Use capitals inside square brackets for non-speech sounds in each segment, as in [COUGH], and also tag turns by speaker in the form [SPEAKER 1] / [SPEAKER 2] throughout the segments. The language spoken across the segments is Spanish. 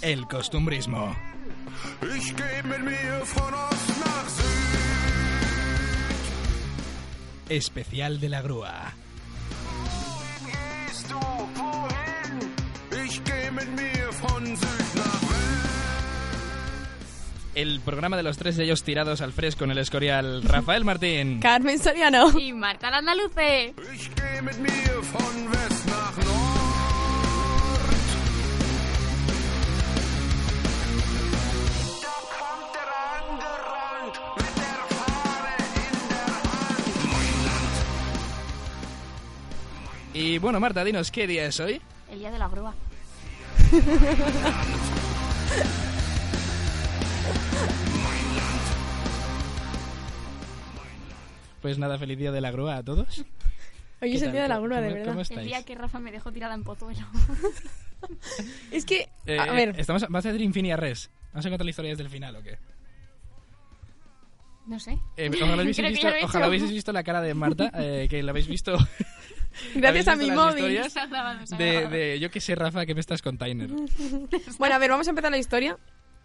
[SPEAKER 1] el costumbrismo. Especial de la grúa. El programa de los tres de ellos tirados al fresco en el [LAUGHS] Escorial. Rafael Martín.
[SPEAKER 2] Carmen Soriano.
[SPEAKER 3] Y Marta Landaluce.
[SPEAKER 1] Y bueno, Marta, dinos, ¿qué día es hoy?
[SPEAKER 3] El día de la grúa.
[SPEAKER 1] Pues nada, feliz día de la grúa a todos.
[SPEAKER 2] Hoy
[SPEAKER 1] ¿Qué
[SPEAKER 2] es el
[SPEAKER 1] tal?
[SPEAKER 2] día de la
[SPEAKER 1] ¿Cómo-
[SPEAKER 2] grúa, de
[SPEAKER 1] cómo-
[SPEAKER 2] verdad.
[SPEAKER 1] cómo estáis?
[SPEAKER 3] El día que Rafa me dejó tirada en Pozuelo. [LAUGHS]
[SPEAKER 2] Es que,
[SPEAKER 1] Eh,
[SPEAKER 2] a ver,
[SPEAKER 1] Estamos, vas a hacer Infinia Res. ¿Vamos a contar la historia desde el final o qué? [LAUGHS]
[SPEAKER 3] No sé.
[SPEAKER 1] Eh, ojalá hubieseis
[SPEAKER 3] Creo que
[SPEAKER 1] visto,
[SPEAKER 3] ya lo he hecho.
[SPEAKER 1] ojalá hubieseis visto la cara de [LAUGHS] Marta, eh, que la habéis visto.
[SPEAKER 2] gracias
[SPEAKER 1] ¿habéis
[SPEAKER 2] a
[SPEAKER 1] visto
[SPEAKER 2] mi
[SPEAKER 1] las
[SPEAKER 2] móvil.
[SPEAKER 1] historias?
[SPEAKER 3] Se ha grabado, se ha
[SPEAKER 1] De,
[SPEAKER 3] grabado.
[SPEAKER 1] de- yo qué sé, Rafa, que me estás container.
[SPEAKER 2] Bueno, a ver, vamos a empezar la historia.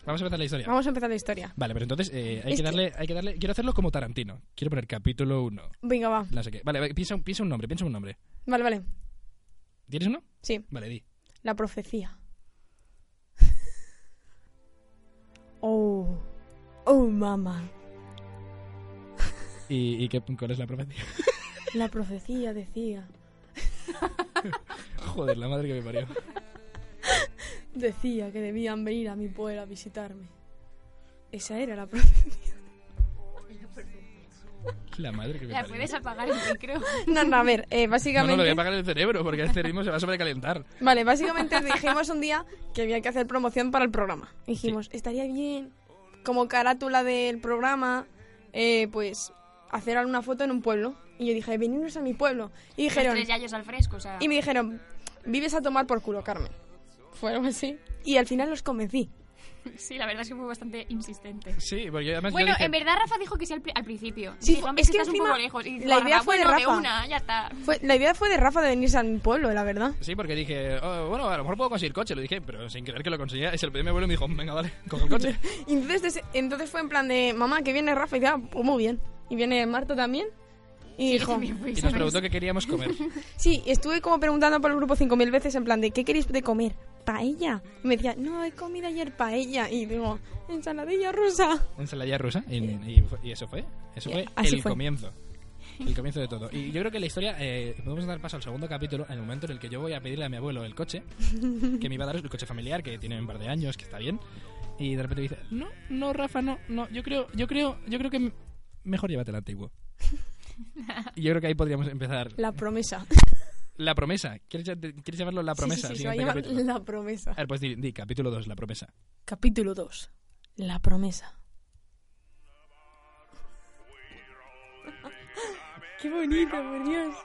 [SPEAKER 1] Vamos a empezar la historia.
[SPEAKER 2] Vamos a empezar la historia.
[SPEAKER 1] Vale, pero entonces eh, hay, que
[SPEAKER 2] Es que-
[SPEAKER 1] darle, hay que darle. Quiero hacerlo como Tarantino. Quiero poner capítulo 1.
[SPEAKER 2] Venga, va.
[SPEAKER 1] No sé qué. Vale, vale, piensa, un- piensa un nombre, piensa un nombre.
[SPEAKER 2] Vale, vale.
[SPEAKER 1] ¿Tienes uno?
[SPEAKER 2] Sí,
[SPEAKER 1] Vale, di.
[SPEAKER 2] la profecía. [LAUGHS] Oh. Oh, mamá.
[SPEAKER 1] ¿Y, y qué, cuál es la profecía? [LAUGHS]
[SPEAKER 2] La profecía decía.
[SPEAKER 1] Joder, la madre que me parió.
[SPEAKER 2] Decía que debían venir a mi pueblo a visitarme. Esa era la profecía.
[SPEAKER 1] La madre que me
[SPEAKER 3] La
[SPEAKER 1] parió.
[SPEAKER 3] puedes apagar el
[SPEAKER 1] [LAUGHS]
[SPEAKER 3] micro.
[SPEAKER 2] [LAUGHS] No, no, a ver, eh,
[SPEAKER 1] No, no,
[SPEAKER 2] básicamente.
[SPEAKER 1] le voy a apagar el cerebro porque a este ritmo se va a sobrecalentar.
[SPEAKER 2] Vale, básicamente dijimos un día que había que hacer promoción para el programa. Dijimos, estaría bien, como carátula del programa, eh, pues hacer alguna foto en un pueblo. Y yo dije, veniros a mi pueblo. Y
[SPEAKER 3] Los
[SPEAKER 2] dijeron,
[SPEAKER 3] tres yayos al fresco, o sea.
[SPEAKER 2] y me dijeron, vives a tomar por culo, Carmen. Fueron así. Y al final los convencí.
[SPEAKER 3] Sí, la verdad es que fue bastante insistente.
[SPEAKER 1] Sí, porque además. yo
[SPEAKER 3] Bueno,
[SPEAKER 1] dije-
[SPEAKER 3] en verdad Rafa dijo que sí al, pri- al principio.
[SPEAKER 2] Sí,
[SPEAKER 3] Dijo, "Hombre,
[SPEAKER 2] es que
[SPEAKER 3] estás un
[SPEAKER 2] encima
[SPEAKER 3] poco lejos. Y dijo,
[SPEAKER 2] la idea
[SPEAKER 3] Rafa,
[SPEAKER 2] fue de
[SPEAKER 3] bueno,
[SPEAKER 2] Rafa.
[SPEAKER 3] una, ya está.
[SPEAKER 2] Fue, la idea fue de Rafa de venirse a mi pueblo, la verdad.
[SPEAKER 1] Sí, porque dije, "Oh, bueno, a lo mejor puedo conseguir coche. Lo dije, pero sin creer que lo conseguía. Y se lo pedí a mi abuelo y me dijo, venga, vale, coge el
[SPEAKER 3] [LAUGHS]
[SPEAKER 1] coche.
[SPEAKER 2] Y entonces, des- entonces fue en plan de, mamá, que viene Rafa. Y dije, "Ah, pues muy bien. Y viene Marta también. Y
[SPEAKER 3] Y yo
[SPEAKER 2] dijo,
[SPEAKER 3] también fui,
[SPEAKER 1] Y nos
[SPEAKER 3] ¿sabes?
[SPEAKER 1] preguntó qué queríamos comer.
[SPEAKER 2] Sí, estuve como preguntando por el grupo 5.000 veces en plan de ¿qué queréis de comer? ¿Paella? Y me decía, no, he comido ayer paella. Y digo, ensaladilla rusa.
[SPEAKER 1] Ensaladilla rusa. Y, y fue- y eso fue. Eso fue
[SPEAKER 2] Así
[SPEAKER 1] el
[SPEAKER 2] fue. [LAUGHS]
[SPEAKER 1] comienzo. El comienzo de todo. Y yo creo que la historia. eh, podemos dar paso al segundo capítulo, en el momento en el que yo voy a pedirle a mi abuelo el coche. Que me iba a dar el coche familiar, que tiene un par de años, que está bien. Y de repente me dice, no, no, Rafa, no, no. Yo creo, yo creo, yo creo que m- mejor llévate el
[SPEAKER 2] [LAUGHS]
[SPEAKER 1] antiguo. Y yo creo que ahí podríamos empezar.
[SPEAKER 2] La promesa. [LAUGHS]
[SPEAKER 1] La promesa. ¿Quieres, ll- te- quieres llamarlo La promesa?
[SPEAKER 2] Sí, sí, sí, se va a
[SPEAKER 1] Siguiente
[SPEAKER 2] llamar
[SPEAKER 1] capítulo.
[SPEAKER 2] La promesa.
[SPEAKER 1] A ver, pues di, di, capítulo 2, La promesa.
[SPEAKER 2] Capítulo 2. La promesa. [LAUGHS] Qué bonito, por Dios.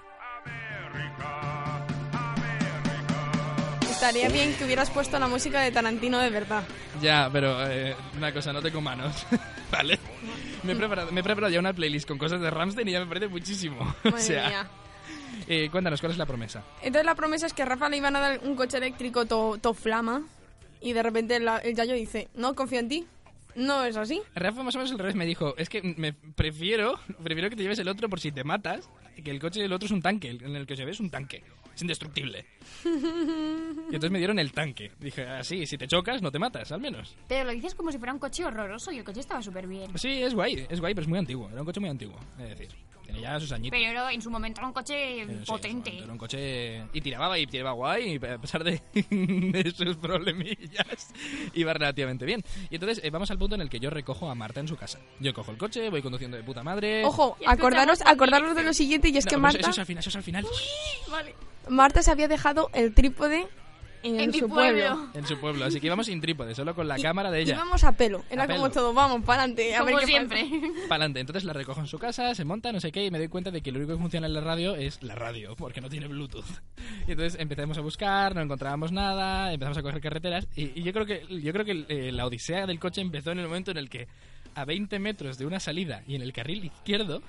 [SPEAKER 2] Estaría bien que hubieras puesto la música de Tarantino de verdad.
[SPEAKER 1] Ya, pero eh, una cosa, no tengo manos, [LAUGHS] ¿vale? Me he, preparado, me he preparado ya una playlist con cosas de Ramstein y ya me parece muchísimo. [LAUGHS] [LAUGHS] o
[SPEAKER 2] Madre
[SPEAKER 1] sea,
[SPEAKER 2] mía.
[SPEAKER 1] eh, cuéntanos, ¿cuál es la promesa?
[SPEAKER 2] Entonces la promesa es que a Rafa le iban a dar un coche eléctrico to, to flama y de repente la- el Yayo dice, no confío en ti, no es así.
[SPEAKER 1] Rafa más o menos al revés me dijo, es que me prefiero, prefiero que te lleves el otro por si te matas, que el coche del otro es un tanque, el- en el que os lleves es un tanque, es indestructible. Y entonces me dieron el tanque. Dije, así, si te chocas no te matas, al menos.
[SPEAKER 3] Pero lo dices como si fuera un coche horroroso y el coche estaba súper bien.
[SPEAKER 1] Sí, es guay, es guay, pero es muy antiguo, era un coche muy antiguo, es decir, tenía ya sus añitos.
[SPEAKER 3] Pero en su momento era un coche
[SPEAKER 1] Pero sí,
[SPEAKER 3] potente.
[SPEAKER 1] en su momento Era un coche y tiraba y tiraba guay, y a pesar de, [LAUGHS] de sus problemillas, iba relativamente bien. Y entonces eh, vamos al punto en el que yo recojo a Marta en su casa. Yo cojo el coche, voy conduciendo de puta madre.
[SPEAKER 2] Ojo,
[SPEAKER 3] Eh, Y escuchamos
[SPEAKER 2] acordaros,
[SPEAKER 3] también
[SPEAKER 2] acordaros de lo siguiente y es
[SPEAKER 1] No,
[SPEAKER 2] que
[SPEAKER 1] pero
[SPEAKER 2] Marta,
[SPEAKER 1] Eso, eso es al final, eso es al final.
[SPEAKER 3] Vale.
[SPEAKER 2] Marta se había dejado el trípode en,
[SPEAKER 3] En mi
[SPEAKER 2] su
[SPEAKER 3] pueblo.
[SPEAKER 1] En su pueblo, así que íbamos sin trípode, solo con la
[SPEAKER 2] Y-
[SPEAKER 1] cámara de ella.
[SPEAKER 2] Íbamos a pelo, era
[SPEAKER 1] A pelo.
[SPEAKER 2] como todo, vamos, para adelante.
[SPEAKER 3] Como
[SPEAKER 2] qué
[SPEAKER 3] siempre.
[SPEAKER 1] Pa'lante. Entonces la recojo en su casa, se monta, no sé qué, y me doy cuenta de que lo único que funciona en la radio es la radio, porque no tiene Bluetooth. Y entonces empezamos a buscar, no encontrábamos nada, empezamos a coger carreteras, y, y yo creo que, yo creo que eh, la odisea del coche empezó en el momento en el que, a 20 metros de una salida y en el carril izquierdo,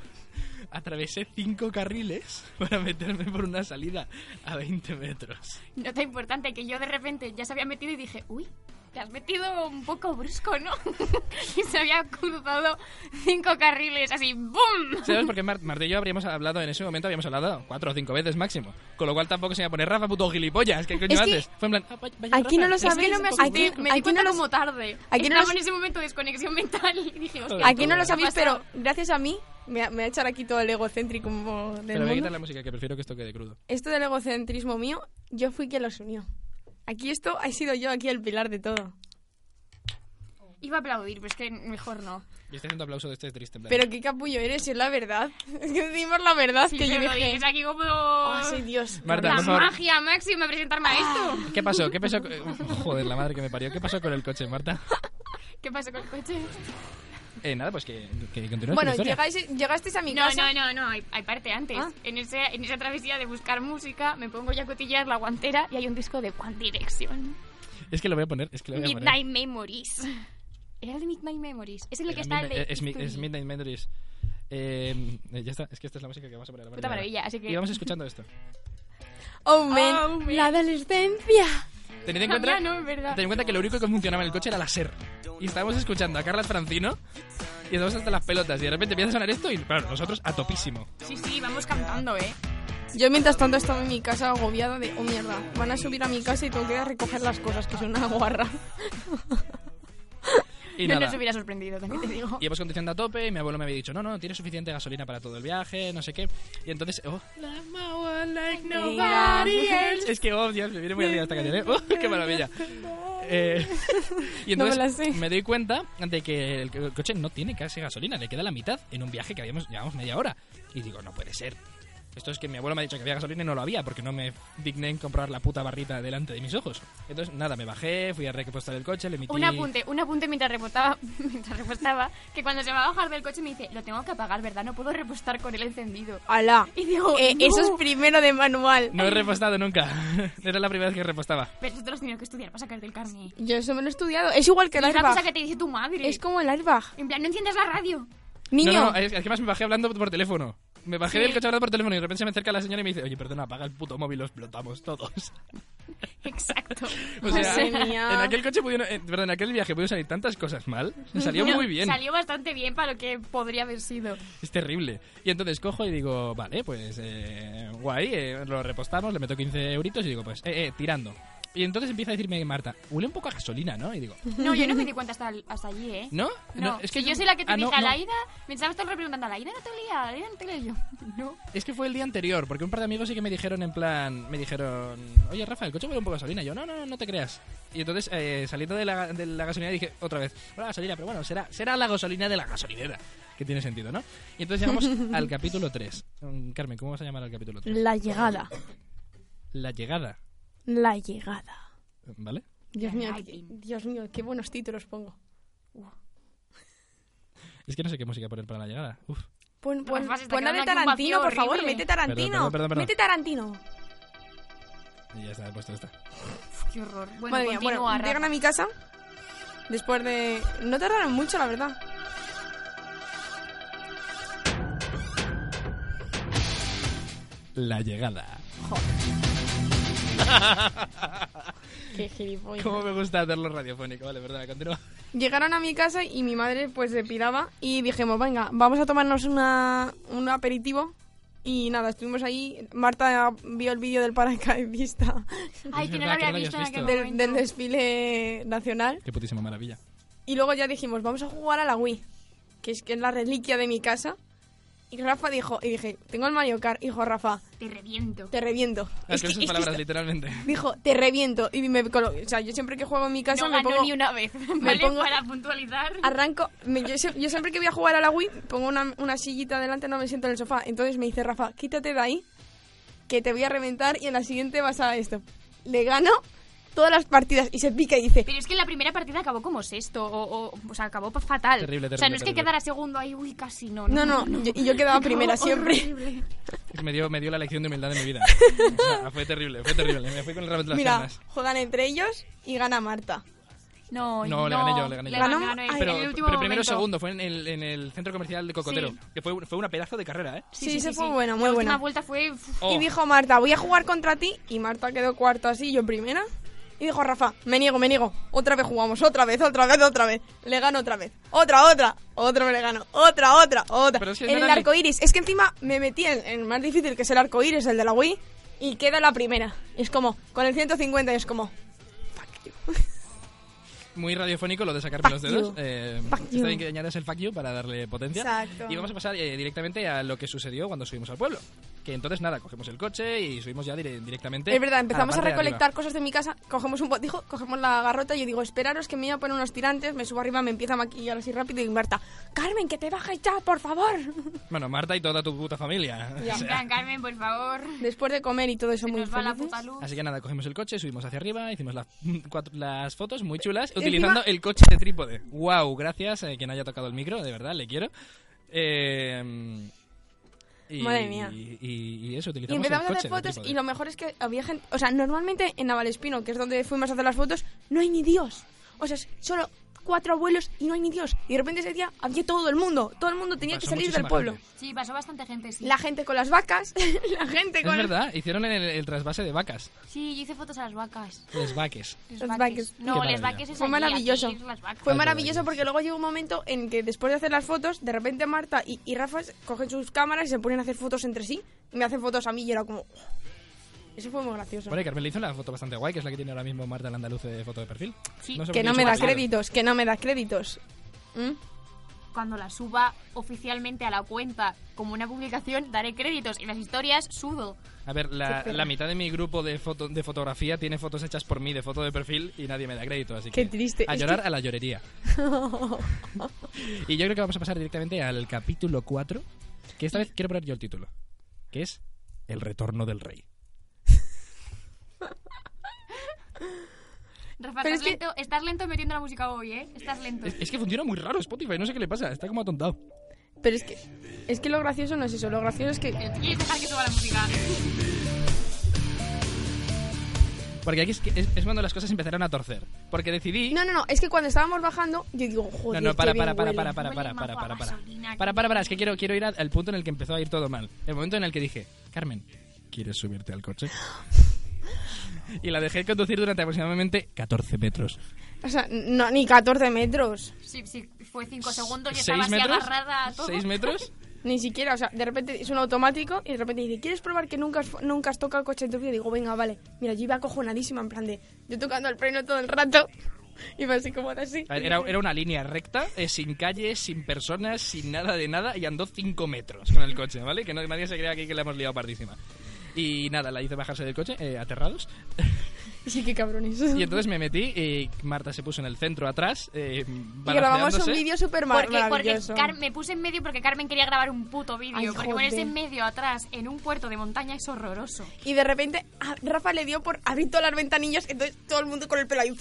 [SPEAKER 1] atravesé cinco carriles para meterme por una salida a 20 metros.
[SPEAKER 3] Nota importante que yo de repente ya se había metido y dije, uy, Te has metido un poco brusco, ¿no? [LAUGHS] y se había cruzado cinco carriles así, ¡bum!
[SPEAKER 1] ¿Sabes? Porque Mar- Marta y yo habríamos hablado en ese momento, habíamos hablado cuatro o cinco veces máximo. Con lo cual tampoco se iba a poner Rafa, puto gilipollas. ¿Qué coño
[SPEAKER 2] Es que
[SPEAKER 1] haces? Fue en plan. "Ah, vaya- vaya
[SPEAKER 2] aquí no
[SPEAKER 1] Rafa".
[SPEAKER 2] lo
[SPEAKER 1] Es-
[SPEAKER 3] Es que
[SPEAKER 2] sabéis,
[SPEAKER 3] no me
[SPEAKER 2] aquí-
[SPEAKER 3] asusté, me di
[SPEAKER 2] aquí
[SPEAKER 3] cuenta
[SPEAKER 2] no los-
[SPEAKER 3] como tarde.
[SPEAKER 2] aquí no
[SPEAKER 3] Estaba
[SPEAKER 2] los-
[SPEAKER 3] en ese momento de desconexión mental y dije, hostia,
[SPEAKER 2] Aquí no lo
[SPEAKER 1] Todo.
[SPEAKER 2] sabéis, pero
[SPEAKER 3] Pasado.
[SPEAKER 2] gracias a mí me, me va a echar aquí todo el egocéntrico del
[SPEAKER 1] Pero voy a
[SPEAKER 2] mundo.
[SPEAKER 1] quitar la música, que prefiero que esto quede crudo.
[SPEAKER 2] Esto del egocentrismo mío, yo fui quien los unió. Aquí esto, he sido yo aquí el pilar de todo.
[SPEAKER 3] iba a aplaudir, pero es que mejor no.
[SPEAKER 1] Y estoy haciendo aplauso de este triste. en plan.
[SPEAKER 2] Pero qué capullo eres, si es la verdad. [LAUGHS] Es que decimos la verdad
[SPEAKER 3] Sí,
[SPEAKER 2] que yo
[SPEAKER 3] pero lo
[SPEAKER 2] dije.
[SPEAKER 3] dices aquí como... "Oh,
[SPEAKER 2] "Ah, sí, Dios.
[SPEAKER 1] Marta,
[SPEAKER 3] la
[SPEAKER 1] por favor.
[SPEAKER 3] magia máxima presentarme a [GASPS] esto.
[SPEAKER 1] ¿Qué pasó? ¿Qué pasó? con- eh, [LAUGHS] Joder, la madre que me parió. ¿Qué pasó con el coche, Marta? [LAUGHS]
[SPEAKER 3] ¿Qué pasa con el coche?
[SPEAKER 1] Eh, nada, pues que, que continúe
[SPEAKER 2] Bueno,
[SPEAKER 1] tu historia.
[SPEAKER 2] llegáis- llegasteis a mi
[SPEAKER 3] No,
[SPEAKER 2] casa.
[SPEAKER 3] no, no, no, hay, hay parte antes.
[SPEAKER 2] Ah.
[SPEAKER 3] En, ese, en esa travesía de buscar música, me pongo ya a cotillar la guantera y hay un disco de One Direction.
[SPEAKER 1] Es que lo voy a poner, es que lo voy a poner.
[SPEAKER 3] Midnight Memories. [LAUGHS] ¿Era el de Midnight Memories? Es en el que
[SPEAKER 1] Era
[SPEAKER 3] está el
[SPEAKER 1] Midnight-
[SPEAKER 3] de...
[SPEAKER 1] es, mi- es
[SPEAKER 3] History.
[SPEAKER 1] Midnight Memories. Eh, eh, ya está, es que esta es la música que vamos a poner. a partir
[SPEAKER 3] Puta
[SPEAKER 1] de ahora.
[SPEAKER 3] maravilla, así que-
[SPEAKER 1] Y vamos
[SPEAKER 3] [LAUGHS]
[SPEAKER 1] escuchando esto.
[SPEAKER 2] Oh, men,
[SPEAKER 3] Oh, men.
[SPEAKER 2] La adolescencia.
[SPEAKER 1] Tened
[SPEAKER 3] [LAUGHS]
[SPEAKER 1] en
[SPEAKER 3] La
[SPEAKER 1] cuenta,
[SPEAKER 3] mía no, es verdad.
[SPEAKER 1] [LAUGHS] tened en cuenta que lo único que funcionaba en el coche era la SER. Y estábamos escuchando a Carla Francino y estamos hasta las pelotas. Y de repente empieza a sonar esto y, claro, nosotros a topísimo.
[SPEAKER 3] Sí, sí, vamos cantando, ¿eh?
[SPEAKER 2] Yo mientras tanto estaba en mi casa agobiada de, oh mierda, van a subir a mi casa y tengo que ir a recoger las cosas, que son una guarra.
[SPEAKER 1] Y
[SPEAKER 3] no
[SPEAKER 1] nada.
[SPEAKER 3] nos hubiera sorprendido, también te digo.
[SPEAKER 1] Y hemos conduciendo a tope y mi abuelo me había dicho, no, no, tienes suficiente gasolina para todo el viaje, no sé qué. Y entonces, oh, like
[SPEAKER 2] nobody
[SPEAKER 1] Es que, oh, Dios, me viene muy arriba esta canción, ¿eh? Oh, qué maravilla. Eh, y
[SPEAKER 2] No me
[SPEAKER 1] entonces
[SPEAKER 2] la sé.
[SPEAKER 1] me doy cuenta de que el, co- el coche no tiene casi gasolina, le queda la mitad en un viaje que habíamos, llevamos media hora. Y digo, no puede ser. Esto es que mi abuelo me ha dicho que había gasolina y no lo había porque no me digné en comprar la puta barrita delante de mis ojos. Entonces, nada, me bajé, fui a repostar el coche, le emití...
[SPEAKER 3] Un apunte, un apunte mientras repostaba, [LAUGHS] mientras repostaba, que cuando se va a bajar del coche me dice, lo tengo que apagar, ¿verdad? No puedo repostar con el encendido.
[SPEAKER 2] Alá.
[SPEAKER 3] Y digo,
[SPEAKER 2] Eh,
[SPEAKER 3] "No".
[SPEAKER 2] Eso es primero de manual.
[SPEAKER 1] No he repostado nunca. [LAUGHS] Era la primera vez que repostaba.
[SPEAKER 3] Pero esto te lo has tenido que estudiar para sacar del carnet.
[SPEAKER 2] Yo eso me lo he estudiado. Es igual que el
[SPEAKER 3] Es la cosa
[SPEAKER 2] airbag.
[SPEAKER 3] que te dice tu madre.
[SPEAKER 2] Es como el airbag.
[SPEAKER 3] En plan, no enciendas la radio. [LAUGHS]
[SPEAKER 2] Niño,
[SPEAKER 1] No, no, no, es es que más me bajé hablando por teléfono. Me bajé
[SPEAKER 3] Sí.
[SPEAKER 1] del coche hablando por teléfono y de repente se me acerca la señora y me dice, oye, perdona, apaga el puto móvil, lo explotamos todos. [LAUGHS]
[SPEAKER 3] Exacto. Pues,
[SPEAKER 1] O
[SPEAKER 2] Madre
[SPEAKER 1] sea,
[SPEAKER 2] mía.
[SPEAKER 1] en aquel coche pudieron, eh, perdón, en aquel viaje pudieron salir tantas cosas mal. Me salió
[SPEAKER 3] No,
[SPEAKER 1] muy bien.
[SPEAKER 3] Salió bastante bien para lo que podría haber sido.
[SPEAKER 1] Es terrible. Y entonces cojo y digo, vale, pues eh, guay, eh, lo repostamos, le meto 15 euritos y digo, pues, eh, eh, tirando. Y entonces empieza a decirme Marta, huele un poco a gasolina, ¿no? Y digo,
[SPEAKER 3] No, yo no me di cuenta hasta, hasta allí, ¿eh?
[SPEAKER 1] ¿no?
[SPEAKER 3] No,
[SPEAKER 1] es que
[SPEAKER 3] si yo soy la que te
[SPEAKER 1] Ah, no,
[SPEAKER 3] dije a
[SPEAKER 1] no.
[SPEAKER 3] la ida, me estabas todo el rato preguntando a la ida, no te olía, a la ida no te olía Y [LAUGHS] yo. No.
[SPEAKER 1] Es que fue el día anterior, porque un par de amigos sí que me dijeron en plan, me dijeron, oye Rafa, el coche huele un poco a gasolina. Y yo, no, no, no, no te creas. Y entonces eh, saliendo de la, de la gasolinera dije otra vez, bueno, gasolina, pero bueno, será, será la gasolina de la gasolinera, que tiene sentido, ¿no? Y entonces llegamos
[SPEAKER 2] [LAUGHS]
[SPEAKER 1] al capítulo 3. Carmen, ¿cómo vas a llamar al capítulo 3?
[SPEAKER 2] la llegada.
[SPEAKER 1] La llegada,
[SPEAKER 2] La llegada.
[SPEAKER 1] ¿vale?
[SPEAKER 2] Dios
[SPEAKER 3] La
[SPEAKER 2] mío,
[SPEAKER 3] llegada.
[SPEAKER 2] qué- Dios mío, qué buenos títulos pongo.
[SPEAKER 1] Es que no sé qué música poner para la llegada. Uf.
[SPEAKER 2] Pon, pon,
[SPEAKER 3] Rafa, se está
[SPEAKER 2] pon la de
[SPEAKER 3] quedando aquí un
[SPEAKER 2] Tarantino,
[SPEAKER 3] vacío
[SPEAKER 2] por favor,
[SPEAKER 3] horrible.
[SPEAKER 2] mete Tarantino.
[SPEAKER 1] Perdón, perdón, perdón,
[SPEAKER 2] Mete Tarantino.
[SPEAKER 1] Y ya está, he puesto esta.
[SPEAKER 3] Uf, qué horror. Bueno,
[SPEAKER 2] Madre mía,
[SPEAKER 3] continúa,
[SPEAKER 2] bueno,
[SPEAKER 3] Rafa.
[SPEAKER 2] llegan a mi casa después de... No tardaron mucho, la verdad.
[SPEAKER 1] La llegada.
[SPEAKER 2] Qué gilipollas.
[SPEAKER 1] ¿Cómo me gusta hacerlo radiofónico? Vale, perdona, continúa.
[SPEAKER 2] Llegaron a mi casa y mi madre pues se piraba y dijimos, venga, vamos a tomarnos una, un aperitivo. Y nada, estuvimos ahí. Marta vio el vídeo del paracaidista
[SPEAKER 3] Ay,
[SPEAKER 1] Es
[SPEAKER 3] que no
[SPEAKER 1] verdad
[SPEAKER 3] lo
[SPEAKER 1] que no
[SPEAKER 3] había
[SPEAKER 1] lo
[SPEAKER 3] visto en
[SPEAKER 1] habías
[SPEAKER 3] aquel
[SPEAKER 1] visto.
[SPEAKER 2] del,
[SPEAKER 3] momento.
[SPEAKER 2] del desfile nacional.
[SPEAKER 1] Qué putísima maravilla. Ah,
[SPEAKER 2] Y luego ya dijimos, vamos a jugar a la Wii, que es, que es la reliquia de mi casa. Y Rafa dijo, y dije, tengo el Mario Kart. Hijo Rafa,
[SPEAKER 3] Te reviento.
[SPEAKER 2] te reviento.
[SPEAKER 1] Es Ah, que,
[SPEAKER 2] Es que-
[SPEAKER 1] esas
[SPEAKER 2] es que
[SPEAKER 1] palabras,
[SPEAKER 2] esto-
[SPEAKER 1] literalmente.
[SPEAKER 2] dijo, te reviento. Y me colo- O sea, yo siempre que juego en mi casa
[SPEAKER 3] no
[SPEAKER 2] me
[SPEAKER 3] ganó
[SPEAKER 2] pongo...
[SPEAKER 3] ni una vez, ¿vale?
[SPEAKER 2] pongo-
[SPEAKER 3] Para puntualizar.
[SPEAKER 2] Arranco, me- yo, sie- yo siempre que voy a jugar a la Wii, pongo una, una sillita delante, no me siento en el sofá. Entonces me dice Rafa, quítate de ahí, que te voy a reventar y en la siguiente vas a esto. Le gano todas las partidas y se pica y dice,
[SPEAKER 3] Pero es que la primera partida acabó como sexto, o, o, o sea, acabó pa- fatal.
[SPEAKER 1] Terrible,
[SPEAKER 3] O sea, no
[SPEAKER 1] terrible,
[SPEAKER 3] es que
[SPEAKER 1] terrible.
[SPEAKER 3] quedara segundo ahí, uy, casi no.
[SPEAKER 2] no, no, yo- y yo quedaba primera
[SPEAKER 3] Acabó
[SPEAKER 2] siempre.
[SPEAKER 3] horrible.
[SPEAKER 1] Me dio, me dio la lección de humildad de mi [LAUGHS] vida. O sea, fue terrible, fue terrible. Me fui con el rabo de las
[SPEAKER 2] Mira,
[SPEAKER 1] piernas.
[SPEAKER 2] juegan entre ellos y gana Marta.
[SPEAKER 3] No,
[SPEAKER 1] No, le gané yo, le gané yo.
[SPEAKER 2] Ganó-
[SPEAKER 3] gané,
[SPEAKER 2] ay,
[SPEAKER 3] en
[SPEAKER 1] Pero,
[SPEAKER 3] el
[SPEAKER 1] pero
[SPEAKER 3] último
[SPEAKER 1] primero
[SPEAKER 3] momento.
[SPEAKER 1] segundo, fue en el, en el centro comercial de Cocotero.
[SPEAKER 3] Sí.
[SPEAKER 1] Que fue, fue una pedazo de carrera, ¿eh?
[SPEAKER 2] Sí, se fue buena, muy
[SPEAKER 3] la
[SPEAKER 2] buena.
[SPEAKER 3] última vuelta fue... uf,
[SPEAKER 1] Oh.
[SPEAKER 2] Y dijo Marta, voy a jugar contra ti y Marta quedó cuarto así, yo primera. Y dijo Rafa, me niego, me niego. Otra vez jugamos, otra vez, otra vez, otra vez. Le gano otra vez. Otra, otra. Otra me le gano. Otra, otra, otra.
[SPEAKER 1] Pero si es
[SPEAKER 2] en el
[SPEAKER 1] verano.
[SPEAKER 2] arco iris. Es que encima me metí en en el más difícil, que es el arco iris, el de la Wii. Y queda la primera. Y es como, con el 150 y es como,
[SPEAKER 1] Muy radiofónico lo de sacarme
[SPEAKER 2] Fuck
[SPEAKER 1] los dedos.
[SPEAKER 2] you.
[SPEAKER 1] Eh,
[SPEAKER 2] Fuck
[SPEAKER 1] está
[SPEAKER 2] you.
[SPEAKER 1] bien que añades el fuck you para darle potencia.
[SPEAKER 2] Exacto.
[SPEAKER 1] Y vamos a pasar eh, directamente a lo que sucedió cuando subimos al pueblo. Que entonces nada, cogemos el coche y subimos ya dire- directamente.
[SPEAKER 2] Es verdad,
[SPEAKER 1] la
[SPEAKER 2] empezamos a,
[SPEAKER 1] parte de
[SPEAKER 2] recolectar
[SPEAKER 1] arriba.
[SPEAKER 2] cosas de mi casa, cogemos un botijo, cogemos la garrota, yo digo, esperaros que me voy a poner unos tirantes, me subo arriba, me empieza a maquillar así rápido y Marta, Carmen, que te bajes ya, por favor. [LAUGHS]
[SPEAKER 1] Bueno, Marta y toda tu puta familia. [LAUGHS] [LAUGHS]
[SPEAKER 2] Ya.
[SPEAKER 1] O sea,
[SPEAKER 3] Venga, Carmen, por favor.
[SPEAKER 2] Después de comer y todo eso
[SPEAKER 3] Se
[SPEAKER 2] muy
[SPEAKER 3] nos va la
[SPEAKER 2] felices.
[SPEAKER 3] puta luz.
[SPEAKER 1] Así que nada, cogimos el coche, subimos hacia arriba, hicimos las- [LAUGHS] cuatro- las fotos muy chulas,
[SPEAKER 2] Encima-
[SPEAKER 1] utilizando el coche de trípode. Wow, gracias a quien haya tocado el micro, de verdad, le quiero. Eh, y,
[SPEAKER 2] Madre mía.
[SPEAKER 1] Y, y eso,
[SPEAKER 2] Y
[SPEAKER 1] utilizamos
[SPEAKER 2] empezamos a
[SPEAKER 1] el coche
[SPEAKER 2] hacer
[SPEAKER 1] de
[SPEAKER 2] fotos
[SPEAKER 1] trípode.
[SPEAKER 2] y lo mejor es que había gente, o sea, normalmente en Navalespino, que es donde fuimos a hacer las fotos, no hay ni Dios. O sea, es solo cuatro abuelos y no hay ni Dios. Y de repente ese día había todo el mundo, todo el mundo tenía
[SPEAKER 1] Pasó
[SPEAKER 2] que salir del
[SPEAKER 1] muchísima
[SPEAKER 2] pueblo.
[SPEAKER 1] gente.
[SPEAKER 3] Sí, pasó bastante gente, sí.
[SPEAKER 2] La gente con las vacas, [LAUGHS] la gente
[SPEAKER 1] Es
[SPEAKER 2] con
[SPEAKER 1] verdad, hicieron el, el trasvase de vacas,
[SPEAKER 3] Sí, yo hice fotos a las vacas.
[SPEAKER 1] los vaques.
[SPEAKER 3] Los
[SPEAKER 2] Las
[SPEAKER 3] vaques.
[SPEAKER 2] vaques.
[SPEAKER 1] Qué
[SPEAKER 3] No,
[SPEAKER 1] maravilla.
[SPEAKER 3] las vaques es
[SPEAKER 2] Fue
[SPEAKER 3] allí,
[SPEAKER 2] maravilloso.
[SPEAKER 3] aquí, las vacas.
[SPEAKER 2] Fue
[SPEAKER 1] Ay,
[SPEAKER 2] maravilloso
[SPEAKER 1] verdad,
[SPEAKER 2] porque luego llega un momento en que después de hacer las fotos, de repente Marta y, y Rafa cogen sus cámaras y se ponen a hacer fotos entre sí. Y me hacen fotos a mí y era como... "Oh". Eso fue muy gracioso.
[SPEAKER 1] Bueno, y Carmen le hizo una foto bastante guay, que es la que tiene ahora mismo Marta el andaluz de foto de perfil.
[SPEAKER 3] Sí,
[SPEAKER 1] sé por
[SPEAKER 2] que
[SPEAKER 1] qué
[SPEAKER 2] no
[SPEAKER 1] es
[SPEAKER 2] me
[SPEAKER 1] una
[SPEAKER 2] das
[SPEAKER 1] foto.
[SPEAKER 2] créditos, que no me das créditos. ¿Mm?
[SPEAKER 3] cuando la suba oficialmente a la cuenta como una publicación, daré créditos y las historias sudo.
[SPEAKER 1] A ver,
[SPEAKER 2] Sí,
[SPEAKER 1] la,
[SPEAKER 2] espera.
[SPEAKER 1] la mitad de mi grupo de, foto, de fotografía tiene fotos hechas por mí de foto de perfil y nadie me da crédito, así
[SPEAKER 2] Qué
[SPEAKER 1] que
[SPEAKER 2] triste,
[SPEAKER 1] a
[SPEAKER 2] es
[SPEAKER 1] llorar
[SPEAKER 2] que-
[SPEAKER 1] a la
[SPEAKER 2] [LAUGHS]
[SPEAKER 1] llorería. y yo creo que vamos a pasar directamente al capítulo 4, que esta vez quiero poner yo el título, que es El retorno del rey.
[SPEAKER 3] Rafa,
[SPEAKER 2] Pero
[SPEAKER 3] estás,
[SPEAKER 2] es que-
[SPEAKER 3] lento, estás lento metiendo la música hoy, ¿eh? Estás lento.
[SPEAKER 1] Es, es que funciona muy raro Spotify, no sé qué le pasa, está como atontado.
[SPEAKER 2] Pero es que, es que lo gracioso no es eso, lo gracioso es que...
[SPEAKER 3] Pero tú quieres dejar que suba la música.
[SPEAKER 1] Porque aquí es, que- es- es cuando las cosas empezaron a torcer. Porque decidí...
[SPEAKER 2] No, no, no, es que cuando estábamos bajando, yo digo, joder,
[SPEAKER 1] no, no, para,
[SPEAKER 2] qué
[SPEAKER 1] para,
[SPEAKER 2] bien
[SPEAKER 1] para,
[SPEAKER 2] huele".
[SPEAKER 1] para, para, para, para,
[SPEAKER 3] Huele majo a
[SPEAKER 1] para, para.
[SPEAKER 3] gasolina.
[SPEAKER 1] Para, para, para, es que quiero, quiero ir al- al punto en el que empezó a ir todo mal. El momento en el que dije, Carmen, ¿quieres subirte al
[SPEAKER 3] [LAUGHS]
[SPEAKER 1] coche? Y la dejé conducir durante aproximadamente 14 metros.
[SPEAKER 2] O sea, no, ni 14 metros,
[SPEAKER 3] Sí, sí, fue cinco segundos y estaba
[SPEAKER 1] ¿Seis
[SPEAKER 3] así
[SPEAKER 1] metros?
[SPEAKER 3] agarrada a todo.
[SPEAKER 1] ¿Seis metros?
[SPEAKER 3] [LAUGHS]
[SPEAKER 2] ni siquiera, o sea, de repente es un automático y de repente dice, ¿quieres probar que nunca has, nunca has tocado el coche en tu vida? Digo, venga, vale. Mira, yo iba acojonadísima, en plan de, yo tocando el freno todo el rato, [LAUGHS] iba así como de así.
[SPEAKER 1] A ver, Era, era una línea recta, eh, sin calles, sin personas, sin nada de nada, y andó 5 metros con el coche, ¿vale? Que no- nadie se crea aquí que la hemos liado pardísima. Y nada, la hice bajarse del coche, eh, aterrados.
[SPEAKER 2] Sí, qué cabrones. [LAUGHS]
[SPEAKER 1] Y entonces me metí y Marta se puso en el centro atrás. Eh,
[SPEAKER 2] Y grabamos un
[SPEAKER 1] balanceándose.
[SPEAKER 2] vídeo súper mar-
[SPEAKER 3] Porque, porque
[SPEAKER 2] maravilloso.
[SPEAKER 3] Car- me puse en medio porque Carmen quería grabar un puto
[SPEAKER 2] Ay,
[SPEAKER 3] vídeo. Porque ponerse
[SPEAKER 2] joder.
[SPEAKER 3] en medio atrás en un puerto de montaña es horroroso.
[SPEAKER 2] Y de repente a Rafa le dio por abrir todas las ventanillas, entonces todo el mundo con el pelo ahí.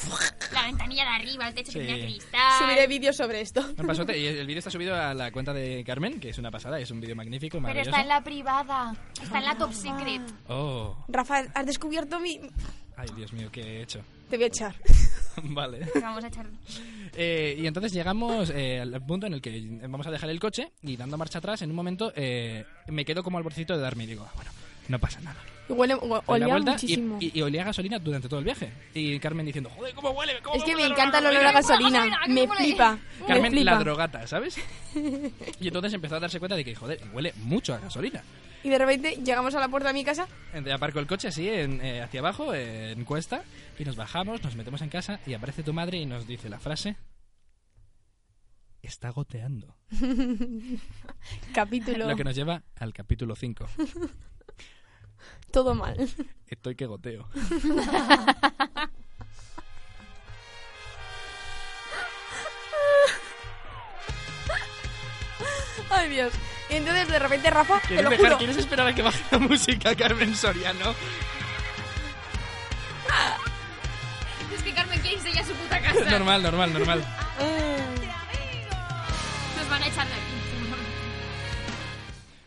[SPEAKER 3] La ventanilla de arriba, el techo
[SPEAKER 1] Sí.
[SPEAKER 3] que tenía cristal.
[SPEAKER 2] Subiré vídeos sobre esto.
[SPEAKER 1] Un pasote. Y el vídeo está subido a la cuenta de Carmen, que es una pasada, es un vídeo magnífico,
[SPEAKER 3] Pero
[SPEAKER 1] maravilloso.
[SPEAKER 3] está en la privada. Está en la top secret.
[SPEAKER 1] Oh,
[SPEAKER 2] Rafa, has descubierto mi...
[SPEAKER 1] ay Dios mío, qué he hecho. [LAUGHS]
[SPEAKER 2] Te voy a echar.
[SPEAKER 1] vale.
[SPEAKER 3] Te Vamos a echar.
[SPEAKER 1] Eh, y entonces llegamos eh, al punto en el que vamos a dejar el coche y dando marcha atrás, en un momento eh, me quedo como al borcito de darme y digo, "Ah, bueno, no pasa nada.
[SPEAKER 2] Y huele, hue-
[SPEAKER 1] Doy la
[SPEAKER 2] olía
[SPEAKER 1] vuelta y-
[SPEAKER 2] muchísimo.
[SPEAKER 1] Y, y olía a gasolina durante todo el viaje. Y Carmen diciendo, joder, ¿cómo huele? ¿Cómo
[SPEAKER 2] Es que me
[SPEAKER 1] huele
[SPEAKER 2] encanta el olor a gasolina.
[SPEAKER 3] gasolina,
[SPEAKER 2] Me
[SPEAKER 3] ¿cómo le-
[SPEAKER 2] flipa. Me
[SPEAKER 1] Carmen la
[SPEAKER 2] flipa.
[SPEAKER 1] drogata, ¿sabes? Y entonces empezó a darse cuenta de que, joder, huele mucho a gasolina.
[SPEAKER 2] Y de repente llegamos a la puerta de mi casa.
[SPEAKER 1] Entonces, Aparco el coche así, en, eh, hacia abajo, eh, en cuesta, y nos bajamos, nos metemos en casa, y aparece tu madre y nos dice la frase... Está goteando.
[SPEAKER 2] Capítulo.
[SPEAKER 1] Lo que nos lleva al capítulo 5.
[SPEAKER 2] Todo mal.
[SPEAKER 1] [LAUGHS]
[SPEAKER 2] [LAUGHS]
[SPEAKER 1] Estoy que goteo.
[SPEAKER 2] Ay, Dios. Y entonces de repente Rafa, te
[SPEAKER 1] ¿Quieres,
[SPEAKER 2] lo
[SPEAKER 1] dejar-
[SPEAKER 2] juro.
[SPEAKER 1] ¿Quieres esperar a que baje la música, Carmen
[SPEAKER 2] [LAUGHS]
[SPEAKER 1] Soriano?
[SPEAKER 3] Es que Carmen quiere irse ya a su puta casa.
[SPEAKER 1] Normal, normal, normal.
[SPEAKER 2] Eh,
[SPEAKER 3] Nos van a echar de aquí.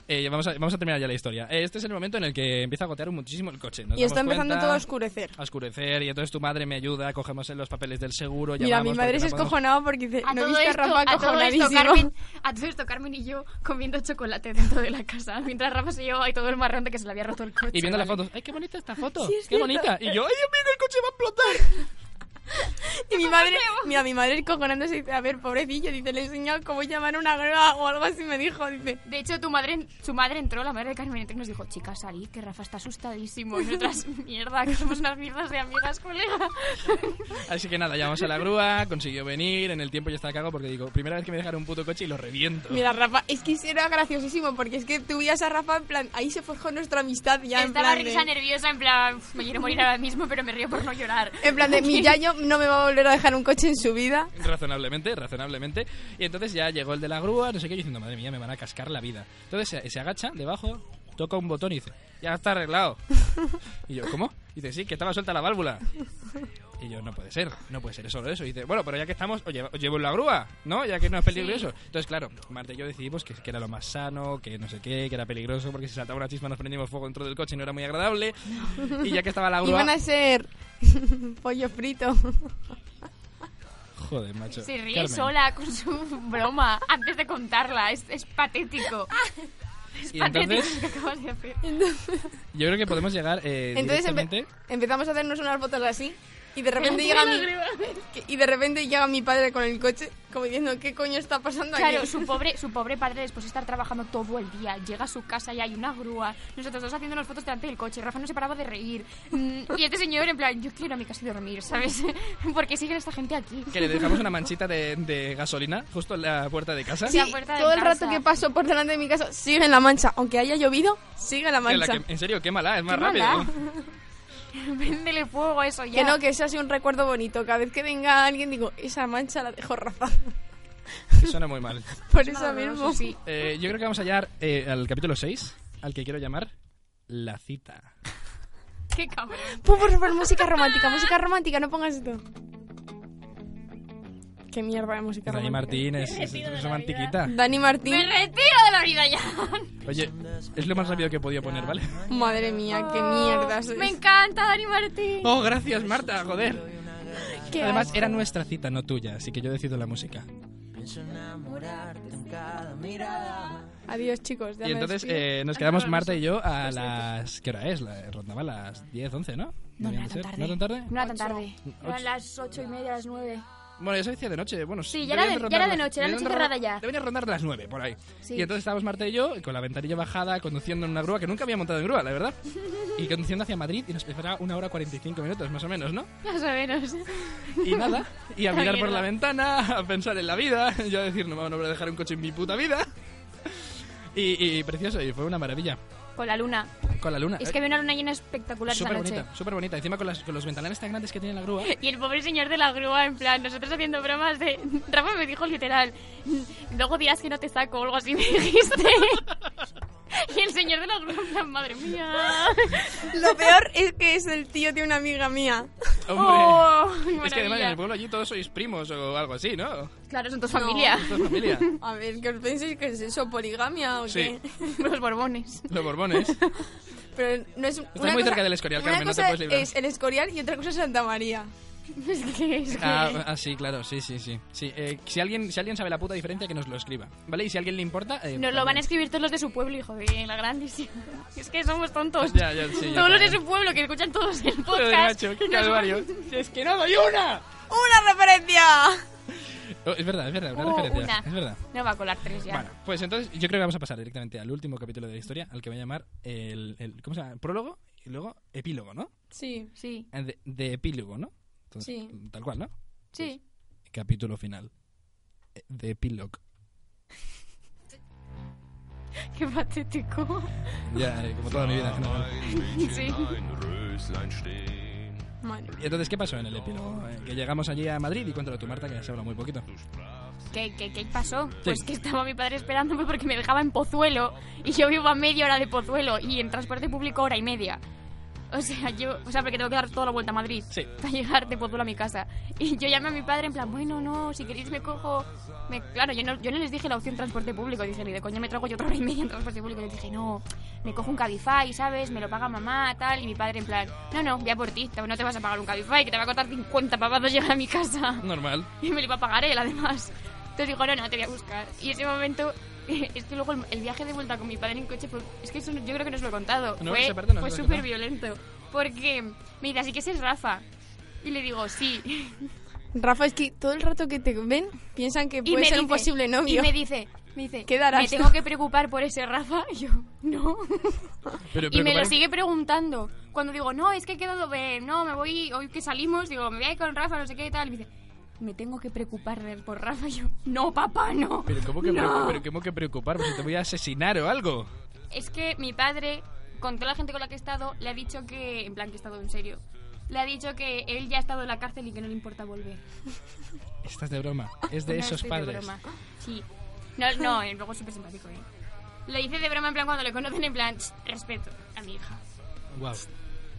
[SPEAKER 1] Eh, ya vamos, a, vamos a terminar ya la historia. Eh, este es el momento en el que empieza a gotear muchísimo el coche. Nos
[SPEAKER 2] Y está
[SPEAKER 1] damos
[SPEAKER 2] empezando
[SPEAKER 1] cuenta,
[SPEAKER 2] todo a oscurecer.
[SPEAKER 1] a oscurecer y entonces tu madre me ayuda, cogemos los papeles del seguro,
[SPEAKER 2] Mira,
[SPEAKER 1] llamamos
[SPEAKER 2] mi madre
[SPEAKER 1] porque
[SPEAKER 2] se
[SPEAKER 1] no podemos-
[SPEAKER 2] escojonaba porque dice,
[SPEAKER 3] A
[SPEAKER 2] no
[SPEAKER 3] todo,
[SPEAKER 2] viste a
[SPEAKER 3] esto,
[SPEAKER 2] Rafa
[SPEAKER 3] a, todo esto,
[SPEAKER 2] acojonadísimo.
[SPEAKER 3] Carmen, a todo esto, Carmen y yo comiendo chocolate dentro de la casa, mientras Rafa se llevaba ahí todo el marrón de que se le había roto el coche.
[SPEAKER 1] Y viendo las
[SPEAKER 3] ¿vale?
[SPEAKER 1] fotos, ¡ay, qué bonita esta foto!
[SPEAKER 2] Sí, es
[SPEAKER 1] ¡Qué
[SPEAKER 2] cierto.
[SPEAKER 1] bonita! Y yo, ¡ay, Dios mío, el coche va a explotar!
[SPEAKER 2] [LAUGHS] Y mi
[SPEAKER 3] [LAUGHS]
[SPEAKER 2] madre, mira, mi madre cojonándose dice, a ver, pobrecillo, dice, le he enseñado cómo llamar a una grúa o algo así me dijo, dice.
[SPEAKER 3] De hecho, tu madre, su madre entró, la madre de Carmen entró y nos dijo, chicas, salid, que Rafa
[SPEAKER 2] [LAUGHS]
[SPEAKER 3] está asustadísimo. Y nosotras, mierda, que somos unas mierdas de amigas, colega.
[SPEAKER 1] Así que nada, llamamos a la grúa, consiguió venir, en el tiempo ya estaba cago porque digo, primera vez que me dejaron un puto coche y lo reviento.
[SPEAKER 2] Mira, Rafa, es que era graciosísimo porque es que tú veías a Rafa en plan, ahí se forjó nuestra amistad ya en
[SPEAKER 3] Estaba
[SPEAKER 2] plan
[SPEAKER 3] risa
[SPEAKER 2] de,
[SPEAKER 3] nerviosa, en plan, "Uf, me quiero morir ahora mismo, pero me río por no llorar.
[SPEAKER 2] en plan de mi
[SPEAKER 3] [LAUGHS]
[SPEAKER 2] yayo no me va a volver a dejar un coche en su vida.
[SPEAKER 1] Razonablemente, razonablemente. Y entonces ya llegó el de la grúa, no sé qué, yo diciendo, madre mía, me van a cascar la vida. Entonces se, se agacha debajo, toca un botón y dice, ya está arreglado. y yo, ¿cómo? Y dice, sí, que estaba suelta la válvula. Y yo, no puede ser, no puede ser, es solo eso. Y dice, bueno, pero ya que estamos, os llevo, os llevo en la grúa, ¿no? Ya que no es peligroso. Entonces, claro, Marta y yo decidimos que, que era lo más sano, que no sé qué, que era peligroso, porque si saltaba una chispa nos prendíamos fuego dentro del coche y no era muy agradable. Y ya que estaba la grúa...
[SPEAKER 2] Iban a ser [LAUGHS] pollo frito.
[SPEAKER 1] Joder, macho.
[SPEAKER 3] Se ríe
[SPEAKER 1] Carmen.
[SPEAKER 3] sola con su [LAUGHS] broma antes de contarla. Es, es
[SPEAKER 2] [LAUGHS]
[SPEAKER 3] patético. Es
[SPEAKER 1] Y
[SPEAKER 3] patético
[SPEAKER 1] entonces-
[SPEAKER 3] lo que acabas de hacer.
[SPEAKER 1] Yo creo que podemos llegar eh,
[SPEAKER 2] Entonces empe-
[SPEAKER 1] directamente...
[SPEAKER 2] empezamos a hacernos unas fotos así y de repente llega mi, que- y de repente llega mi padre con el coche como diciendo qué coño está pasando
[SPEAKER 3] Claro,
[SPEAKER 2] aquí.
[SPEAKER 3] su pobre, su pobre padre, después de estar trabajando todo el día, llega a su casa y hay una grúa. Nosotros dos haciéndonos fotos delante del coche. Rafa no se paraba de reír. Mm, Y este señor, en plan, yo quiero ir a mi casa y dormir, ¿sabes? [LAUGHS] Porque siguen esta gente aquí. [LAUGHS]
[SPEAKER 1] Que le dejamos una manchita de, de gasolina justo en la puerta de casa.
[SPEAKER 2] Sí,
[SPEAKER 3] la puerta de
[SPEAKER 2] todo el rato
[SPEAKER 3] casa.
[SPEAKER 2] que paso por delante de mi casa sigue en la mancha, aunque haya llovido, sigue en la
[SPEAKER 1] Que la
[SPEAKER 2] mancha.
[SPEAKER 1] que- en serio, quémala, es más
[SPEAKER 3] Quémala.
[SPEAKER 1] rápido.
[SPEAKER 3] Véndele fuego a eso ya.
[SPEAKER 2] Que no, que ese ha sido un recuerdo bonito. Cada vez que venga alguien digo, esa mancha la dejo Rafa.
[SPEAKER 1] Que Suena muy mal.
[SPEAKER 2] [LAUGHS] Por
[SPEAKER 3] Es
[SPEAKER 2] eso
[SPEAKER 3] doloroso,
[SPEAKER 2] mismo.
[SPEAKER 3] sí.
[SPEAKER 1] Eh, yo creo que vamos a hallar eh, al capítulo 6, al que quiero llamar La Cita.
[SPEAKER 3] Qué cabrón.
[SPEAKER 2] Pon, por favor, música romántica, música romántica, no pongas esto. Qué mierda de música
[SPEAKER 1] Dani
[SPEAKER 2] romántica.
[SPEAKER 1] Martínez, es, es romantiquita.
[SPEAKER 2] Dani Martín.
[SPEAKER 3] Me retiro de la vida ya.
[SPEAKER 1] Oye, es lo más rápido que he podido poner, ¿vale?
[SPEAKER 2] Madre mía, qué mierda. sois.
[SPEAKER 3] Me encanta Dani Martín.
[SPEAKER 1] Oh, gracias, Marta, joder.
[SPEAKER 2] Qué
[SPEAKER 1] Además,
[SPEAKER 2] asco.
[SPEAKER 1] era nuestra cita, no tuya, así que yo decido la música.
[SPEAKER 2] Adiós, chicos. ya
[SPEAKER 1] Y
[SPEAKER 2] me
[SPEAKER 1] entonces
[SPEAKER 2] despido.
[SPEAKER 1] eh, nos quedamos Marta y yo a las... ¿Qué hora es? La- Rondaba las 10, 11, ¿no?
[SPEAKER 3] No, no
[SPEAKER 1] Debían
[SPEAKER 3] era
[SPEAKER 1] de ser.
[SPEAKER 3] tan
[SPEAKER 1] ¿No
[SPEAKER 3] tarde.
[SPEAKER 1] era tan tarde?
[SPEAKER 3] No era tan tarde.
[SPEAKER 1] Ocho.
[SPEAKER 3] Eran las ocho y media, las nueve.
[SPEAKER 1] Bueno, eso decía de noche, bueno,
[SPEAKER 3] Sí, ya era
[SPEAKER 1] deberían
[SPEAKER 3] de- ya era
[SPEAKER 1] rondar
[SPEAKER 3] de
[SPEAKER 1] las-
[SPEAKER 3] noche, era
[SPEAKER 1] deberían
[SPEAKER 3] noche
[SPEAKER 1] de
[SPEAKER 3] cerrada
[SPEAKER 1] rondar-
[SPEAKER 3] ya.
[SPEAKER 1] Deberían rondar las nueve, por ahí.
[SPEAKER 3] Sí.
[SPEAKER 1] Y entonces estábamos Marta y yo, con la ventanilla bajada, conduciendo en una grúa, que nunca había montado en grúa, la
[SPEAKER 3] [LAUGHS]
[SPEAKER 1] verdad. Y conduciendo hacia Madrid, y nos esperaba una hora 45 minutos, más o menos, ¿no?
[SPEAKER 3] Más o menos.
[SPEAKER 1] Y
[SPEAKER 3] [LAUGHS]
[SPEAKER 1] nada, y a
[SPEAKER 3] La
[SPEAKER 1] mirar por
[SPEAKER 3] mierda.
[SPEAKER 1] la ventana, a pensar en la vida, [LAUGHS] yo a decir, no, no voy a dejar un coche en mi puta vida. [LAUGHS] Y, y precioso, y fue una maravilla.
[SPEAKER 3] Con la luna.
[SPEAKER 1] Con la luna.
[SPEAKER 3] Es que había una luna llena espectacular esa
[SPEAKER 1] Súper
[SPEAKER 3] noche.
[SPEAKER 1] bonita, súper bonita. Encima con, las- con los ventanales tan grandes que tiene la
[SPEAKER 3] [LAUGHS]
[SPEAKER 1] grúa.
[SPEAKER 3] Y el pobre señor de la grúa, en plan, nosotros haciendo bromas de... [LAUGHS] Rafa me dijo literal, luego dirás que no te saco o algo así, me dijiste. [LAUGHS] y el señor de la grúa, en plan, madre mía.
[SPEAKER 2] Lo peor es que es el tío de una amiga mía.
[SPEAKER 1] Hombre.
[SPEAKER 3] Oh,
[SPEAKER 1] es que además en el
[SPEAKER 3] maravilla.
[SPEAKER 1] pueblo allí todos sois primos o algo así, ¿no?
[SPEAKER 3] Claro, son tu familia. [LAUGHS]
[SPEAKER 1] Toda familia.
[SPEAKER 2] A ver, ¿qué os pensáis que es eso? ¿Poligamia o
[SPEAKER 1] Sí.
[SPEAKER 2] qué?
[SPEAKER 3] Los borbones.
[SPEAKER 1] Los Borbones.
[SPEAKER 2] Pero no es.
[SPEAKER 1] muy cerca del Escorial,
[SPEAKER 2] una
[SPEAKER 1] Carmen, no te
[SPEAKER 2] cosa
[SPEAKER 1] puedes librar.
[SPEAKER 2] Es el Escorial y otra cosa es Santa María.
[SPEAKER 3] [LAUGHS] Es que... Es que...
[SPEAKER 1] Ah, ah, sí, claro, sí, sí, sí. sí eh, si, alguien, si alguien sabe la puta diferencia, que nos lo escriba. ¿Vale? Y si a alguien le importa. eh,
[SPEAKER 3] Nos lo van a
[SPEAKER 1] también.
[SPEAKER 3] escribir todos los de su pueblo, hijo de la grandísima. Es que somos tontos.
[SPEAKER 1] Ya, ya, sí, ya,
[SPEAKER 3] todos los de
[SPEAKER 1] claro.
[SPEAKER 3] su pueblo que escuchan todos el podcast.
[SPEAKER 1] Joder, macho, qué
[SPEAKER 3] nos
[SPEAKER 1] calvario. Si es que no doy una.
[SPEAKER 2] ¡Una referencia!
[SPEAKER 1] Oh, es verdad, es verdad, una
[SPEAKER 3] Hubo
[SPEAKER 1] referencia.
[SPEAKER 3] una.
[SPEAKER 1] Es verdad.
[SPEAKER 3] van- No va a colar tres ya.
[SPEAKER 1] Bueno, pues entonces yo creo que vamos a pasar directamente al último capítulo de la historia, al que voy a llamar el, el- ¿cómo se llama? Prólogo y luego epílogo, ¿no?
[SPEAKER 2] Sí.
[SPEAKER 3] Sí,
[SPEAKER 1] Eh, De, de epílogo, ¿no? Entonces,
[SPEAKER 2] Sí.
[SPEAKER 1] Tal cual, ¿no?
[SPEAKER 3] sí.
[SPEAKER 1] Capítulo final. Eh, De epílogo.
[SPEAKER 3] [LAUGHS] Qué patético.
[SPEAKER 1] Ya, eh, como toda mi vida. en general.
[SPEAKER 3] Sí.
[SPEAKER 2] Madre.
[SPEAKER 1] Y Entonces, ¿qué pasó en el epílogo? Eh, Que llegamos allí a Madrid y cuéntalo tú, Marta, que se habla muy poquito.
[SPEAKER 3] ¿Qué, qué, qué pasó? Pues que estaba mi padre esperándome porque me dejaba en Pozuelo y yo vivo a media hora de Pozuelo y en transporte público hora y media. O sea, yo, o sea, porque tengo que dar toda la vuelta a Madrid
[SPEAKER 1] Sí.
[SPEAKER 3] para llegar de Pozuelo a mi casa. Y yo llamé a mi padre en plan, bueno, no, si queréis me cojo... me-". Claro, yo no, yo no les dije la opción transporte público, dije, ni de coña me trago yo otra hora y media en transporte público. Les dije, no, me cojo un Cabify, ¿sabes? Me lo paga mamá, tal. Y mi padre en plan, no, no, voy a por ti, no te vas a pagar un Cabify, que te va a costar 50 pavados llegar a mi casa.
[SPEAKER 1] Normal.
[SPEAKER 3] Y me lo iba a pagar él, además. Entonces dijo, no, no, te voy a buscar. Y ese momento... [LAUGHS] Es que luego el, el viaje de vuelta con mi padre en coche fue... Es que eso no- yo creo que no os lo he contado.
[SPEAKER 1] No,
[SPEAKER 3] fue
[SPEAKER 1] esa parte no
[SPEAKER 3] fue
[SPEAKER 1] se la he
[SPEAKER 3] súper violento. Porque me dice, así que ese es Rafa. Y le digo, sí. [LAUGHS]
[SPEAKER 2] Rafa, es que todo el rato que te ven piensan que
[SPEAKER 3] Y
[SPEAKER 2] puede
[SPEAKER 3] me
[SPEAKER 2] ser un
[SPEAKER 3] dice-
[SPEAKER 2] posible novio.
[SPEAKER 3] Y me dice, me dice,
[SPEAKER 2] Quedarás
[SPEAKER 3] me
[SPEAKER 2] tú".
[SPEAKER 3] tengo que preocupar por ese Rafa. [LAUGHS] Y yo, no.
[SPEAKER 1] Pero,
[SPEAKER 3] [LAUGHS] Y me lo
[SPEAKER 1] preocupar-
[SPEAKER 3] sigue preguntando. Cuando digo, no, es que he quedado, eh, no, me voy, hoy que salimos, digo, me voy a ir con Rafa, no sé qué y tal. Y me dice, me tengo que preocupar de- por Rafa. [LAUGHS] Y yo, no, papá, no.
[SPEAKER 1] Pero ¿cómo que,
[SPEAKER 3] No.
[SPEAKER 1] preocu- pero ¿cómo que preocupar? Pues te voy a asesinar o algo.
[SPEAKER 3] Es que mi padre, con toda la gente con la que he estado, le ha dicho que, en plan, que he estado en serio. Le ha dicho que él ya ha estado en la cárcel y que no le importa volver.
[SPEAKER 1] Estás de broma. Es de
[SPEAKER 3] No,
[SPEAKER 1] esos
[SPEAKER 3] estoy
[SPEAKER 1] padres.
[SPEAKER 3] broma. Sí. No, no, eh, luego es súper simpático, ¿eh? Lo dice de broma en plan cuando le conocen, en plan, "Ch, respeto a mi hija.
[SPEAKER 1] Guau.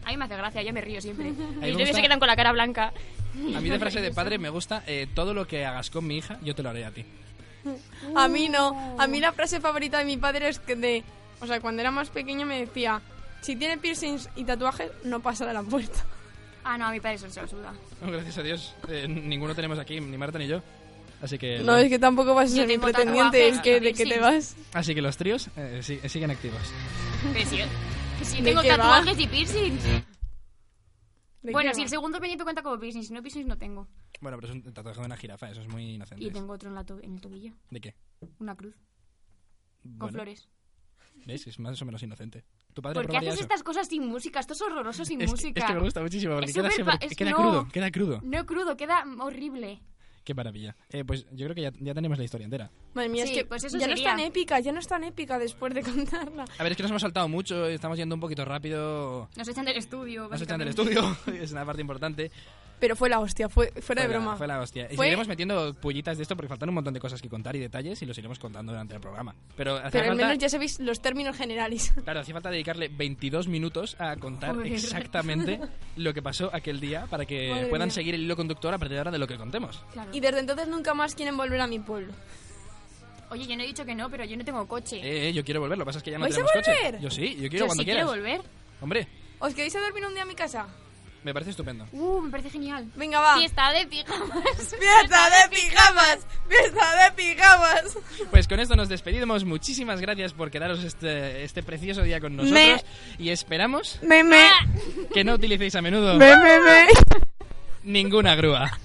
[SPEAKER 3] A mí me hace gracia, yo me
[SPEAKER 1] [LAUGHS]
[SPEAKER 3] río siempre.
[SPEAKER 1] me
[SPEAKER 3] Mis novios
[SPEAKER 1] gusta-
[SPEAKER 3] se quedan con la cara blanca.
[SPEAKER 1] A mí de frase de padre me gusta eh, todo lo que hagas con mi hija, yo te lo haré a ti.
[SPEAKER 2] A mí no. A mí la frase favorita de mi padre es que de... O sea, cuando era más pequeño me decía, si tiene piercings y tatuajes, no pasa de la puerta.
[SPEAKER 3] Ah, no, a mi padre eso se lo suda.
[SPEAKER 1] No, [LAUGHS] gracias a Dios, eh, ninguno tenemos aquí, ni Marta ni yo. Así que,
[SPEAKER 2] No, es que tampoco vas a
[SPEAKER 3] Yo
[SPEAKER 2] ser mi
[SPEAKER 3] tengo
[SPEAKER 2] pretendiente,
[SPEAKER 3] tatuajes,
[SPEAKER 2] es que de que te vas.
[SPEAKER 3] piercings.
[SPEAKER 1] así que los tríos eh, sí- eh, siguen activos. [LAUGHS]
[SPEAKER 3] Que sí, que sí,
[SPEAKER 2] ¿De
[SPEAKER 3] tengo
[SPEAKER 2] qué va?
[SPEAKER 3] tatuajes y piercings.
[SPEAKER 2] ¿De
[SPEAKER 3] Bueno,
[SPEAKER 2] qué
[SPEAKER 3] si
[SPEAKER 2] va?
[SPEAKER 3] el segundo peñito cuenta como piercings, si no piercings no tengo.
[SPEAKER 1] Bueno, pero es un tatuaje de una jirafa, eso es muy inocente.
[SPEAKER 3] Y tengo otro en, la to- en el tobillo,
[SPEAKER 1] ¿De qué?
[SPEAKER 3] una cruz, con
[SPEAKER 1] Bueno,
[SPEAKER 3] flores.
[SPEAKER 1] ¿Ves? Es más o menos inocente. ¿Tu padre
[SPEAKER 3] ¿Por qué
[SPEAKER 1] aprobaría
[SPEAKER 3] haces
[SPEAKER 1] eso?
[SPEAKER 3] estas cosas sin música? Esto es horroroso sin
[SPEAKER 1] es, que,
[SPEAKER 3] música.
[SPEAKER 1] es que me gusta muchísimo porque
[SPEAKER 3] Es
[SPEAKER 1] queda,
[SPEAKER 3] súper
[SPEAKER 1] siempre-
[SPEAKER 3] fa- es-
[SPEAKER 1] queda
[SPEAKER 3] no.
[SPEAKER 1] crudo, queda crudo.
[SPEAKER 3] No crudo, queda horrible.
[SPEAKER 1] Qué maravilla. Eh, pues yo creo que ya, ya tenemos la historia entera.
[SPEAKER 2] Madre mía,
[SPEAKER 3] Sí,
[SPEAKER 2] es que
[SPEAKER 3] pues eso
[SPEAKER 2] ya no
[SPEAKER 3] sería.
[SPEAKER 2] es tan épica, ya no es tan épica después de contarla.
[SPEAKER 1] A ver, es que nos hemos saltado mucho, estamos yendo un poquito rápido.
[SPEAKER 3] Nos echan del estudio.
[SPEAKER 1] Nos echan del
[SPEAKER 3] básicamente.
[SPEAKER 1] estudio, [LAUGHS] es una parte importante.
[SPEAKER 2] Pero fue la hostia, fue fuera de
[SPEAKER 1] Fue la-
[SPEAKER 2] broma.
[SPEAKER 1] Fue la hostia. Y
[SPEAKER 2] Fue-
[SPEAKER 1] seguiremos metiendo pullitas de esto porque faltan un montón de cosas que contar y detalles y los iremos contando durante el programa. Pero, hacía
[SPEAKER 2] Pero al
[SPEAKER 1] falta,
[SPEAKER 2] menos ya sabéis los términos generales. [LAUGHS]
[SPEAKER 1] claro, hacía falta dedicarle 22 minutos a contar
[SPEAKER 3] Joder.
[SPEAKER 1] exactamente lo que pasó aquel día para que
[SPEAKER 2] Madre
[SPEAKER 1] puedan
[SPEAKER 2] mía.
[SPEAKER 1] seguir el hilo conductor a partir de ahora de lo que contemos.
[SPEAKER 3] Claro.
[SPEAKER 2] Y desde entonces nunca más quieren volver a mi pueblo.
[SPEAKER 3] Oye, yo no he dicho que no, pero yo no tengo coche.
[SPEAKER 1] Eh, eh, yo quiero volver, lo que pasa es que ya no
[SPEAKER 2] ¿Vais a
[SPEAKER 1] tenemos coche.
[SPEAKER 2] volver?
[SPEAKER 1] Yo sí, yo quiero
[SPEAKER 3] yo
[SPEAKER 1] cuando
[SPEAKER 3] sí
[SPEAKER 1] quieras.
[SPEAKER 3] quiero volver.
[SPEAKER 1] Hombre,
[SPEAKER 2] ¿Os queréis a dormir un día a mi casa?
[SPEAKER 1] me parece estupendo.
[SPEAKER 3] Uh, me parece genial.
[SPEAKER 2] Venga, va.
[SPEAKER 3] Fiesta de pijamas.
[SPEAKER 2] Ah. ¡Fiesta de pijamas! ¡Fiesta de pijamas!
[SPEAKER 1] Pues con esto nos despedimos. Muchísimas gracias por quedaros este, este precioso día con nosotros. Y esperamos
[SPEAKER 2] Me, me,
[SPEAKER 1] que no utilicéis a menudo
[SPEAKER 2] me, me, me.
[SPEAKER 1] ninguna grúa.